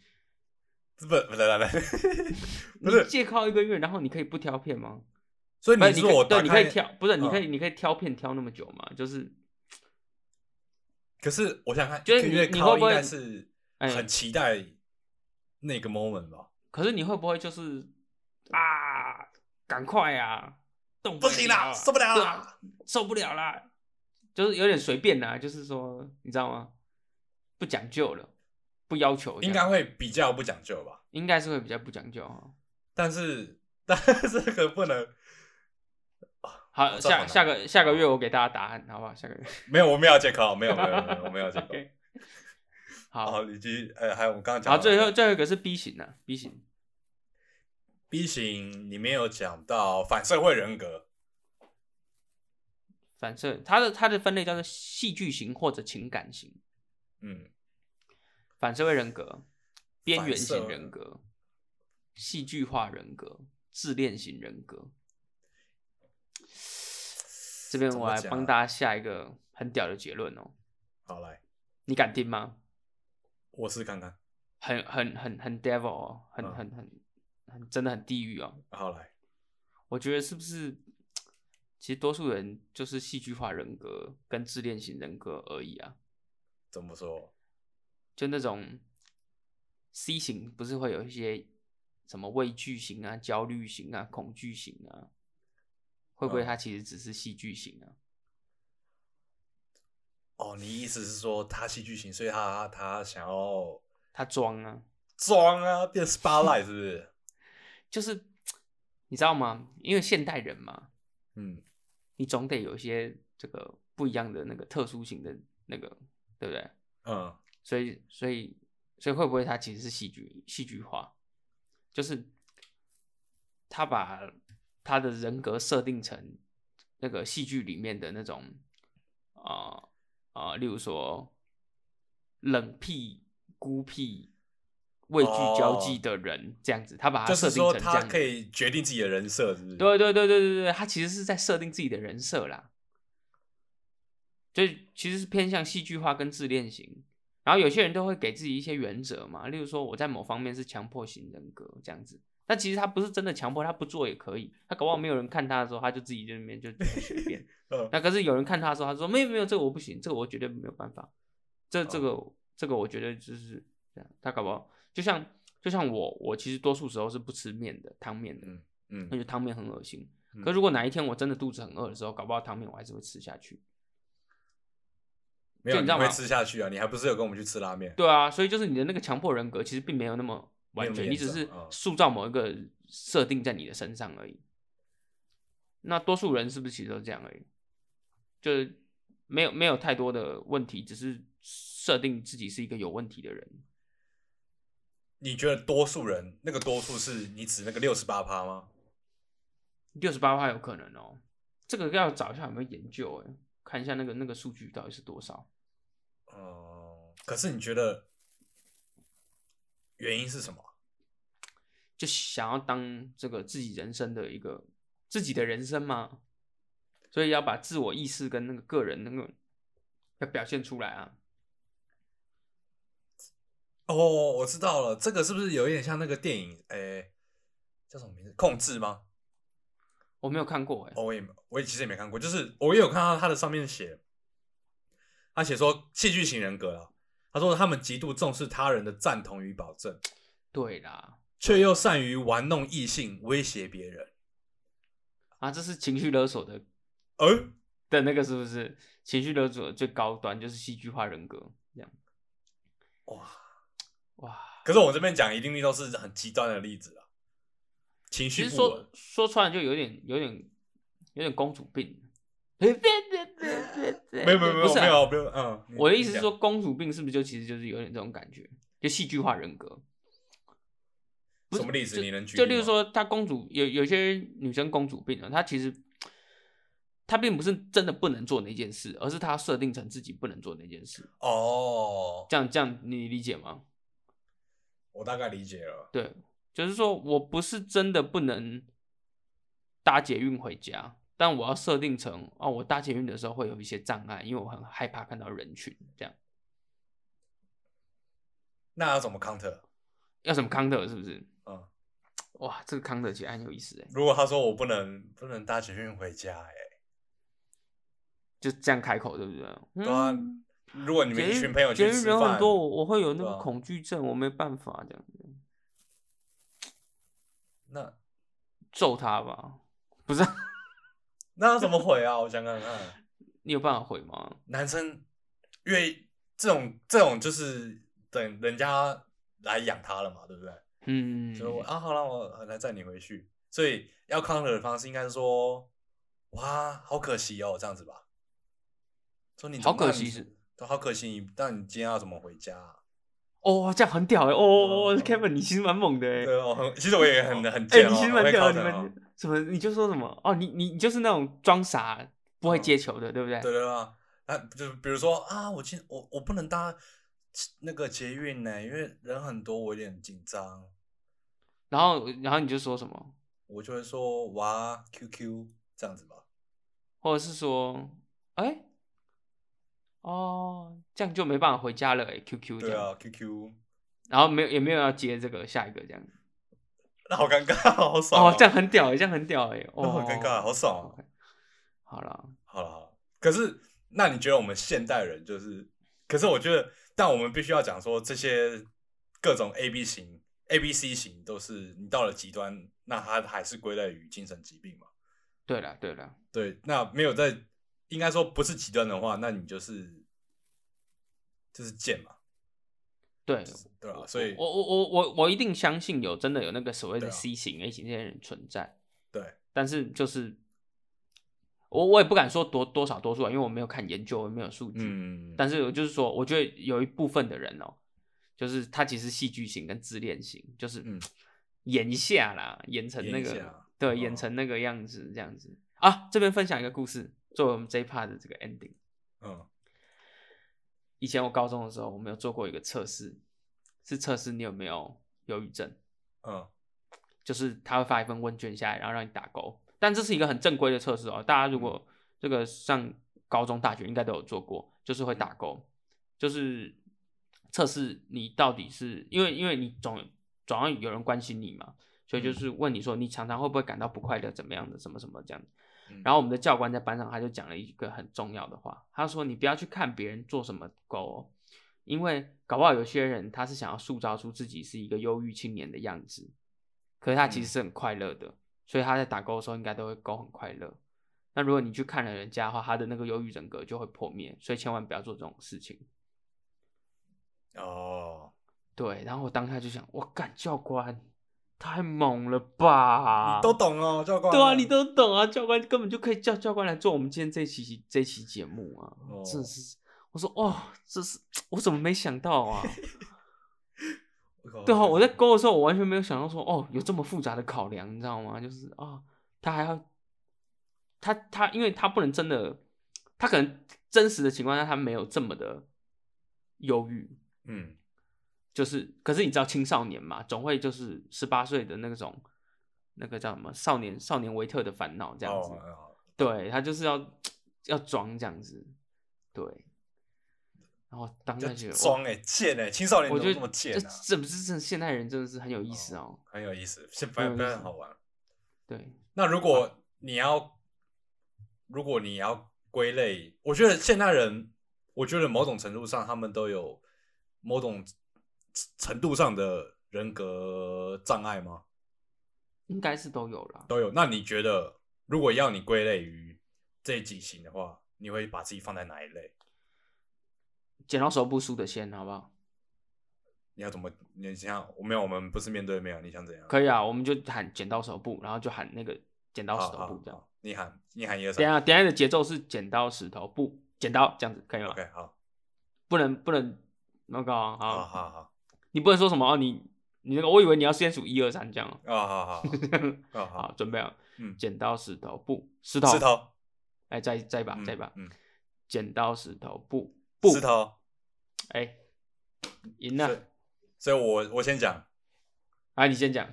S2: 不不来来来，不 [laughs]
S1: 你
S2: 是，
S1: 戒考一个月，然后你可以不挑片吗？
S2: 所以
S1: 不是，
S2: 是
S1: 你
S2: 说
S1: 可
S2: 我
S1: 以对，
S2: 打
S1: 你可以
S2: 开
S1: 挑，不是，你可以
S2: 嗯
S1: 你可以挑片挑那么久嘛？就是
S2: 可是我想看，
S1: 就是
S2: 一个
S1: 你
S2: 月
S1: 你
S2: 靠
S1: 会不会
S2: 应该是
S1: 哎
S2: 很期待那个 moment 吧？
S1: 可是你会不会就是啊，赶快啊，动
S2: 不行啦
S1: 了，
S2: 受不了啦
S1: 对啊，受不了啦，就是有点随便啦，就是说，你知道吗？不讲究了，不要求这
S2: 应
S1: 样，
S2: 该会比较不讲究吧？
S1: 应该是会比较不讲究哈。
S2: 但是 [laughs] 但是可不能
S1: 好，
S2: 哦这好
S1: 下
S2: 难
S1: 下个下个月我给大家答案，好不好？下个月
S2: 没有，我没有借口，没有没有没有，我没有借口。 [laughs]
S1: OK，
S2: 然
S1: 好，
S2: 后以及呃，还有我们刚刚讲
S1: 好，
S2: 到
S1: 最后最后一个是 B 型的、b 型
S2: B 型，你没有讲到反社会人格，
S1: 反射，它的它的分类叫做戏剧型或者情感型。
S2: 嗯，
S1: 反社会人格、边缘
S2: 反社
S1: 型
S2: 会
S1: 人格、戏剧化人格、自恋型人格。这边
S2: 怎
S1: 我
S2: 么
S1: 来
S2: 讲
S1: 帮
S2: 啊
S1: 大家下一个很屌的结论哦，
S2: 好来，
S1: 你敢听吗？
S2: 我试看看，
S1: 很很很很 devil 哦，很
S2: 嗯
S1: 很很很真的很地狱哦。
S2: 好来，
S1: 我觉得是不是？其实多数人就是戏剧化人格跟自恋型人格而已啊，
S2: 怎么说？
S1: 就那种 C 型不是会有一些什么畏惧型啊、焦虑型啊、恐惧型啊，会不会
S2: 嗯
S1: 它其实只是戏剧型啊？
S2: 哦，你意思是说他戏剧型，所以他他想要
S1: 它装啊，
S2: 装啊，变 spotlight 是
S1: [laughs]
S2: 不是？
S1: 就是你知道吗？因为现代人嘛，
S2: 嗯，
S1: 你总得有一些这个不一样的那个特殊型的那个，对不对？
S2: 嗯，
S1: 所以，所以，所以会不会它其实是戏剧戏剧化？就是他把他的人格设定成那个戏剧里面的那种，啊、啊、例如说冷僻、孤僻、畏惧交际
S2: 哦
S1: 的人、这样子，他把它
S2: 就
S1: 设
S2: 是
S1: 定
S2: 说
S1: 成这
S2: 他
S1: 样。
S2: 可以决定自己的人设，是不是？
S1: 对对对对对对，他其实是在设定自己的人设啦，所以其实是偏向戏剧化跟自恋型。然后有些人都会给自己一些原则嘛，例如说我在某方面是强迫型人格这样子，但其实他不是真的强迫，他不做也可以。他搞不好没有人看他的时候，他就自己在那边就就随便。
S2: 嗯，
S1: 那可是有人看他的时候，他说没有没有，这个我不行，这个我绝对没有办法，这这个、这个我觉得就是这样。他搞不好就像就像我，我其实多数时候是不吃面的汤面的，
S2: 嗯
S1: 那
S2: 嗯，
S1: 就汤面很恶心。
S2: 嗯
S1: 可如果哪一天我真的肚子很饿的时候，搞不好汤面我还是会吃下去。
S2: 没有，
S1: 就你知
S2: 你
S1: 道
S2: 会
S1: 吗
S2: 吃下去啊？你还不是有跟我们去吃拉面？
S1: 对啊，所以就是你的那个强迫人格其实并没有那么完
S2: 没有那么
S1: 全，你只
S2: 严
S1: 是
S2: 重嗯
S1: 塑造某一个设定在你的身上而已。那多数人是不是其实都这样而已？就是没有没有太多的问题，只是设定自己是一个有问题的人。
S2: 你觉得多数人那个多数是你指那个六十八趴吗？
S1: 六十八趴有可能哦，这个要找一下有没有研究哎，看一下那个那个数据到底是多少。
S2: 嗯，可是你觉得原因是什么？
S1: 就想要当这个自己人生的一个自己的人生嘛，所以要把自我意识跟那个个人那个要表现出来啊。
S2: 哦，我知道了，这个是不是有一点像那个电影？诶、叫什么名字？控制吗？
S1: 我没有看过哎、
S2: 哦，我也没我也其实也没看过，就是我也有看到他的上面写，他写说戏剧型人格啦，他说他们极度重视他人的赞同与保证，
S1: 对啦，
S2: 却又善于玩弄异性、威胁别人。
S1: 啊，这是情绪勒索的
S2: 呃、
S1: 的那个是不是？情绪勒索的最高端就是戏剧化人格这样。
S2: 哇！
S1: 哇，
S2: 可是我这边讲一定都是很极端的例子啦，情
S1: 其
S2: 绪
S1: 实
S2: 不
S1: 说
S2: 稳。
S1: [laughs] 说穿了就有点有点有点公主病。别别别！
S2: 没有没有没
S1: 不
S2: 有
S1: 是啊
S2: 没有没有，嗯，你
S1: 我的意思是，
S2: 你
S1: 说，公主病是不是就其实就是有点这种感觉，就戏剧化人格？不是
S2: 讲什么例子你能举
S1: 就
S2: 例
S1: 例如
S2: 吗，
S1: 说，她公主有有些女生公主病啊，她其实她并不是真的不能做那件事，而是她设定成自己不能做那件事。
S2: 哦，
S1: 这样这样，你理解吗？
S2: 我大概理解了，
S1: 对，就是说我不是真的不能搭捷运回家，但我要设定成哦，我搭捷运的时候会有一些障碍，因为我很害怕看到人群。这样
S2: 那要怎么 counter？
S1: 要什么康德是不是？
S2: 嗯，
S1: 哇，这个康德其实很有意思哎，
S2: 如果他说我不能不能搭捷运回家、欸，
S1: 就这样开口对不对？
S2: 对啊
S1: 嗯，
S2: 如果你们
S1: 捷
S2: 一
S1: 运
S2: 群朋友
S1: 捷
S2: 去
S1: 运
S2: 吃
S1: 人
S2: 饭，
S1: 很多，我我会有那
S2: 对
S1: 个
S2: 啊
S1: 恐惧症，我没办法这样子
S2: 那
S1: 揍他吧。
S2: 那要怎么回啊？我想看看，
S1: 你有办法回吗？
S2: 男生越这种这种就是等人家来养他了嘛，对不对？
S1: 嗯，
S2: 就我啊，好了，我来载你回去。所以要 counter 的方式应该是说，哇，好可惜哦，这样子吧。说你
S1: 好可
S2: 那你
S1: 惜是
S2: 对，好可惜，你但你今天要怎么回家啊、
S1: 哦，这样很屌哎！哦
S2: 嗯
S1: ，Kevin，你其实蛮猛的哎。
S2: 对哦，很其实我也很很
S1: 哎、
S2: 贱哦，
S1: 你其实蛮
S2: 我会
S1: 屌
S2: counter
S1: 的，你
S2: 哦
S1: 们什么你就说什么哦，你你你就是那种装傻不会接球的，对不对？
S2: 嗯对对对啊，那就是比如说啊，我今我我不能搭那个捷运呢、因为人很多，我有点紧张，
S1: 然后然后你就说什么，
S2: 我就会说哇 QQ 这样子吧。
S1: 或者是说，哎、哦，这样就没办法回家了哎、q q 这
S2: 对
S1: 样，
S2: 啊，QQ，
S1: 然后没有也没有要接这个下一个这样，
S2: [laughs] 那好尴尬，好 [laughs] 爽
S1: [laughs] 哦，这样很屌哎、这样很屌哎、哦，
S2: 那好尴尬好爽哦
S1: OK 好了，
S2: 好了好了，可是那你觉得我们现代人就是？可是我觉得，但我们必须要讲说，这些各种 A B 型、A B C 型都是你到了极端，那它还是归类于精神疾病嘛？
S1: 对了对了，
S2: 对，那没有在，应该说不是极端的话，那你就是就是贱嘛，
S1: 对。
S2: 对吧、啊所以
S1: 我我我我我一定相信有真的有那个所谓
S2: 对
S1: 的
S2: 啊
S1: C 型 A 型这些人存在，
S2: 对，
S1: 但是就是我我也不敢说多多少多数啊，因为我没有看研究，我没有数据。
S2: 嗯，
S1: 但是我就是说，我觉得有一部分的人哦、就是他其实戏剧型跟自恋型，就是
S2: 嗯
S1: 演一下啦，演成那
S2: 演一
S1: 个
S2: 下
S1: 对，
S2: 哦
S1: 演成那个样子这样子啊。这边分享一个故事，作为我们这一 part 的这个 ending。
S2: 嗯，
S1: 以前我高中的时候，我们有做过一个测试，是测试你有没有忧郁症。
S2: 嗯，
S1: 就是他会发一份问卷下来，然后让你打勾。但这是一个很正规的测试哦，大家如果这个上高中、大学应该都有做过，就是会打勾，就是测试你到底是因为因为你总总要有人关心你嘛，所以就是问你说你常常会不会感到不快乐，怎么样的，什么什么这样。
S2: 嗯
S1: 然后我们的教官在班上他就讲了一个很重要的话，他说你不要去看别人做什么勾、哦，因为搞不好有些人他是想要塑造出自己是一个忧郁青年的样子，可是他
S2: 嗯
S1: 其实是很快乐的，所以他在打勾的时候应该都会勾很快乐。那如果你去看了人家的话，他的那个忧郁人格就会破灭，所以千万不要做这种事情。
S2: 哦，
S1: 对，然后我当下就想，我干教官太猛了吧！
S2: 你都懂哦，教官，
S1: 啊对啊，你都懂啊，教官根本就可以叫教官来做我们今天这一期这一期节目啊！
S2: 哦
S1: 真的是，我说哦，这是我怎么没想到啊？
S2: 哦
S1: 对啊，我在
S2: 嗯
S1: 勾的时候，我完全没有想到说哦，有这么复杂的考量，你知道吗？就是啊、他还要他他，因为他不能真的，他可能真实的情况下他没有这么的忧郁，
S2: 嗯，
S1: 就是，可是你知道青少年嘛，总会就是十八岁的那种，那个叫什么少年少年维特的烦恼这
S2: 这
S1: 样子，
S2: 哦
S1: 对他就是要要装这样子，对，然后当下
S2: 就
S1: 就
S2: 装哎、贱哎、青少年
S1: 我
S2: 怎么
S1: 觉
S2: 这
S1: 得这
S2: 么贱啊？
S1: 这不是这现代人真的是很有意思哦，
S2: 很有意思，先不要
S1: 很有
S2: 不
S1: 意
S2: 要
S1: 思
S2: 好玩。
S1: 对，
S2: 那如果你要，如果你要归类，我觉得现代人，我觉得某种程度上他们都有某种程度上的人格障碍吗？
S1: 应该是都有啦。
S2: 都有。那你觉得，如果要你归类于这几型的话，你会把自己放在哪一类？
S1: 剪刀手不输的先，好不好？
S2: 你要怎么？你想，我没有，我们不是面对面，你想怎样？
S1: 可以啊，我们就喊剪刀手不，然后就喊那个剪刀
S2: 好
S1: 石头
S2: 好
S1: 布这样。
S2: 好，你喊，你喊一二
S1: 等一
S2: 三，
S1: 下等一下的节奏是剪刀石头布，剪刀这样子可以吗
S2: OK，好，
S1: 不能不能那个哦
S2: 好
S1: 好，
S2: 好好，
S1: 你不能说什么哦，你你那个，我以为你要先数一二三这样哦。
S2: 啊好好好好
S1: [laughs] 好，准备好，
S2: 嗯
S1: 剪刀石头布，石头
S2: 好，石，头，
S1: 哎，再再一把，
S2: 嗯
S1: 再一把，
S2: 嗯，
S1: 剪刀石头布，布
S2: 石，头，
S1: 哎，赢了
S2: 是，所以我我先讲，
S1: 啊，你先讲，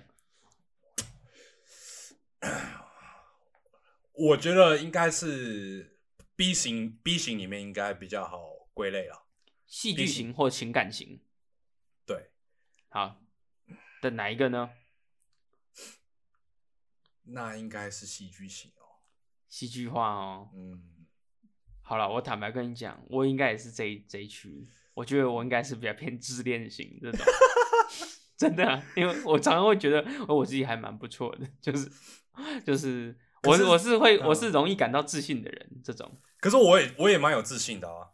S2: 我觉得应该是 B 型 B 型里面应该比较好归类了。
S1: 戏剧型或情感型，
S2: 对，
S1: 好的哪一个呢？
S2: 那应该是戏剧型哦。
S1: 戏剧化哦。
S2: 嗯，
S1: 好了，我坦白跟你讲，我应该也是这一这一区，我觉得我应该是比较偏自恋型这种， [laughs] 真的啊、因为我常常会觉得、哦我自己还蛮不错的，就是就是我
S2: 可是
S1: 我是会、
S2: 嗯
S1: 我是容易感到自信的人，这种
S2: 可是我也我也蛮有自信的啊。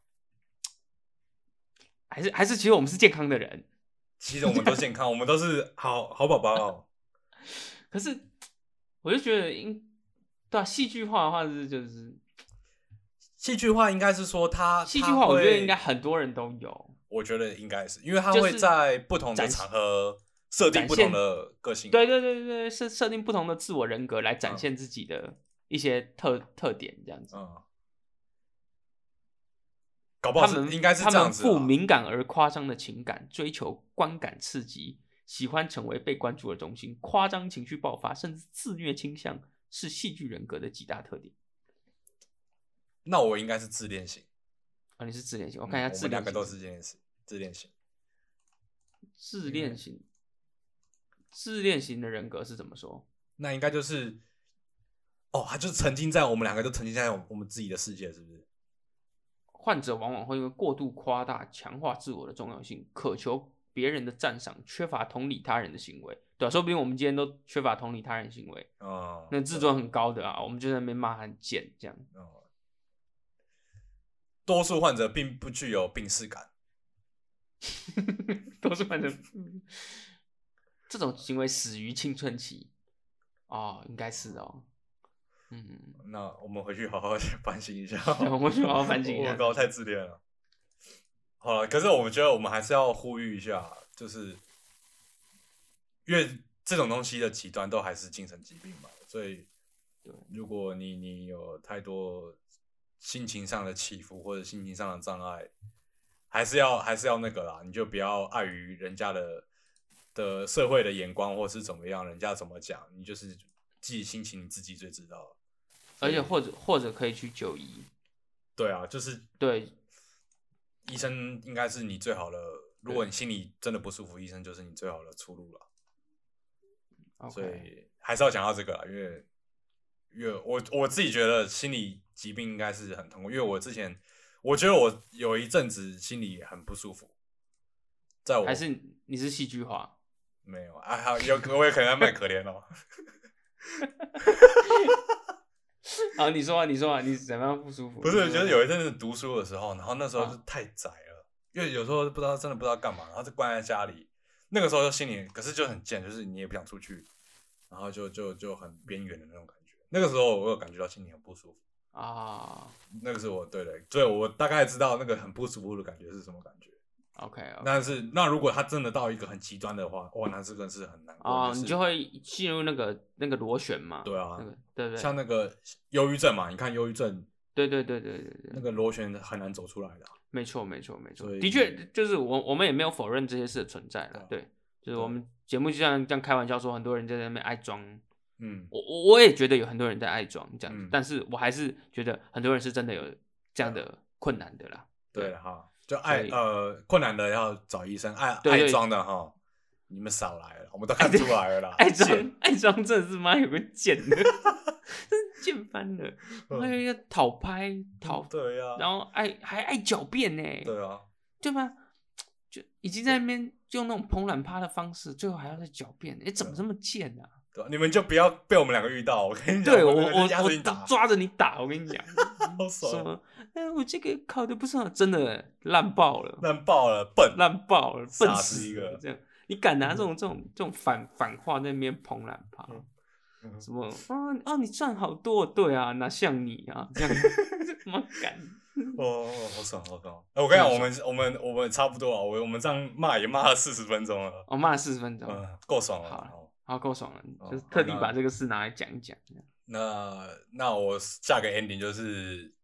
S1: 还是还是其实我们是健康的人，
S2: 其实我们都
S1: [laughs]
S2: 健康，我们都是好好宝宝哦。
S1: 可是我就觉得应对啊，戏剧化的话是就是
S2: 戏剧化应该是说他
S1: 戏剧
S2: 啊他
S1: 化，我觉得
S2: 会
S1: 应该很多人都有，
S2: 我觉得应该是，因为他
S1: 就是
S2: 会在不同的
S1: 展
S2: 场合设定
S1: 展
S2: 不同
S1: 现
S2: 的个性。
S1: 对对对对对，设设定不同的自我人格来展现自己的一些特、特点这样子。
S2: 嗯，搞不好
S1: 他
S2: 是
S1: 们
S2: 应该是
S1: 他
S2: 这样
S1: 们
S2: 子啊、
S1: 富敏感而夸张的情感，追求观感刺激，喜欢成为被关注的中心，夸张情绪爆发，甚至自虐倾向是戏剧人格的几大特点。
S2: 那我应该是自恋型。
S1: 啊，你是自恋型，
S2: 我
S1: 我看一下
S2: 嗯我
S1: 自
S2: 们
S1: 恋
S2: 两
S1: 型，
S2: 个都是自恋型，自恋型。
S1: 自恋型。自恋型的人格是怎么说？
S2: 那应该就是，哦，他就是沉浸在我们两个都沉浸在我我们自己的世界，是不是？
S1: 患者往往会因为过度夸大、强化自我的重要性，渴求别人的赞赏，缺乏同理他人的行为，对吧、啊说不定我们今天都缺乏同理他人行为，
S2: 哦、
S1: 那自尊很高的啊，我们就在那边骂他很贱这样。 [laughs]
S2: 哦多数患者并不具有病视感，
S1: 都是反
S2: [laughs]
S1: 正
S2: 嗯
S1: 这种行为始于青春期哦，应该是哦，嗯，
S2: 那我们回去好好反省一下。
S1: [laughs] 我回去好好反省一下
S2: 我搞得太自恋了。好了，可是我们觉得我们还是要呼吁一下，就是因为这种东西的极端都还是精神疾病嘛，所以
S1: 对
S2: 如果你你有太多心情上的起伏或者心情上的障碍，还是要还是要那个啦，你就不要碍于人家的的社会的眼光或是怎么样，人家怎么讲，你就是自己心情你自己最知道。
S1: 而且或者或者可以去就医，
S2: 对啊，就是
S1: 对
S2: 医生应该是你最好的，如果你心里真的不舒服，医生就是你最好的出路了。所
S1: ，OK，
S2: 以还是要讲到这个啦，因为因为我我自己觉得心理疾病应该是很痛苦，因为我之前我觉得我有一阵子心里很不舒服，在我
S1: 还是你是戏剧化， [laughs]
S2: 没有啊，还有有我也可能蛮可怜哦。
S1: 啊，你说啊，你说啊，你怎么样不舒服？
S2: 不
S1: 你
S2: 是，
S1: 说
S2: 就是有一阵子读书的时候，然后那时候
S1: 啊
S2: 就太宅了，因为有时候不知道真的不知道干嘛，然后就关在家里。那个时候就心里，可是就很贱，就是你也不想出去，然后就就就很边缘的那种感觉。那个时候我有感觉到心里很不舒服，
S1: 啊
S2: 那个是我对的，所以我大概知道那个很不舒服的感觉是什么感觉。
S1: ，OK，
S2: 但是那如果他真的到一个很极端的话，哇，那这个是很难过。
S1: 啊，
S2: 就是
S1: 你就会进入那个那个螺旋嘛，
S2: 对啊
S1: 那，个对嗯不对？
S2: 像那个忧郁症嘛，你看忧郁症
S1: 对对对对对对
S2: 那，个螺旋很难走出来的啊、
S1: 没错，没错，没错
S2: 所，以
S1: 的确就是我我们也没有否认这些事的存在了，
S2: 对啊
S1: 对，就是
S2: 对
S1: 我们节目就像这样开玩笑说，很多人在那边爱装，
S2: 嗯，
S1: 我我我也觉得有很多人在爱装这样子，
S2: 嗯
S1: 但是我还是觉得很多人是真的有这样
S2: 啊
S1: 的困难的啦，
S2: 对了哈，就
S1: 所
S2: 爱
S1: 以
S2: 呃困难的要找医生，爱
S1: 对对
S2: 爱装的哈，你们少来了，我们都看出来了啦。
S1: 爱装
S2: 啊贱
S1: 爱装真的是妈有个贱的， [laughs] 真是贱翻了，
S2: [laughs] 嗯
S1: 还有一个讨拍讨，
S2: 对呀，
S1: 然后爱还爱狡辩呢，
S2: 对啊，
S1: 对吧？就已经在那边用那种蓬懒趴的方式，最后还要再狡辩，哎，怎么这么贱啊？
S2: 对啊，你们就不要被我们两个遇到，我跟你讲，
S1: 对我
S2: 们
S1: 我
S2: 压
S1: 我
S2: 着你
S1: 都
S2: 打，
S1: 抓着你打，我跟你
S2: [laughs]
S1: 讲，
S2: 好
S1: 什
S2: 爽，
S1: 么？哎，我这个考的不是很，真的烂爆了，
S2: 烂爆了，笨，
S1: 烂爆了，
S2: 傻
S1: 笨
S2: 子
S1: 死
S2: 一
S1: 了
S2: 个嗯
S1: 这样你敢拿这种这种这种反反话在那边捧烂趴
S2: 嗯？嗯
S1: 什么啊哦，你赚好多，对啊，哪像你啊，这样 [laughs] 这么敢？
S2: 哦哦，好爽好爽！哎、我跟你讲，
S1: 真
S2: 我们我们我们差不多啊，我我们这样骂也骂了四十分钟了，
S1: 我骂了四十分钟，
S2: 嗯，够爽了。
S1: 好了
S2: 好
S1: 好够爽了，
S2: 哦
S1: 就是
S2: 好
S1: 特地
S2: 那
S1: 把这个事拿来讲一讲。这样
S2: 那那我下个 ending 就是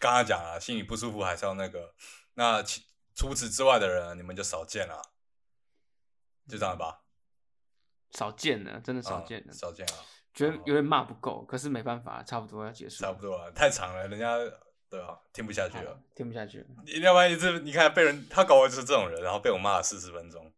S2: 刚刚讲了，心里不舒服还是要那个。那其除此之外的人，你们就少见了，就这样吧。
S1: 少见了，真的少见
S2: 嗯
S1: 了，
S2: 少见啊，
S1: 觉得有点骂不够，可是没办法，差不多要结束了，
S2: 差不多了，太长了，人家对啊，听不下去
S1: 好
S2: 了
S1: 了。，听不下去了。
S2: 你要不然一直你看被人他搞我就是这种人，然后被我骂了四十分钟，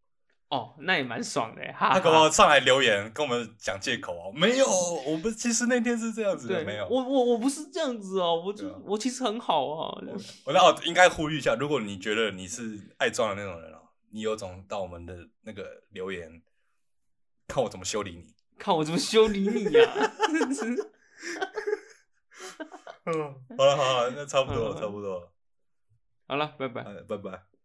S1: 哦，那也蛮爽的，啊哈
S2: 他
S1: 哈。
S2: 搞我上来留言跟我们讲借口啊，没有，我们其实那天是这样子的，
S1: 对，
S2: 没有。
S1: 我我我不是这样子哦，我就
S2: 对啊
S1: 我其实很好哦。这样
S2: 我那我应该呼吁一下，如果你觉得你是爱撞的那种人哦，你有种到我们的那个留言，看我怎么修理你。
S1: 看我怎么修理你呀、
S2: [laughs]
S1: 真是
S2: 嗯，好了好了，那差不多了，
S1: 嗯
S2: 差不多了，
S1: 好了，拜拜。
S2: 嗯，拜拜。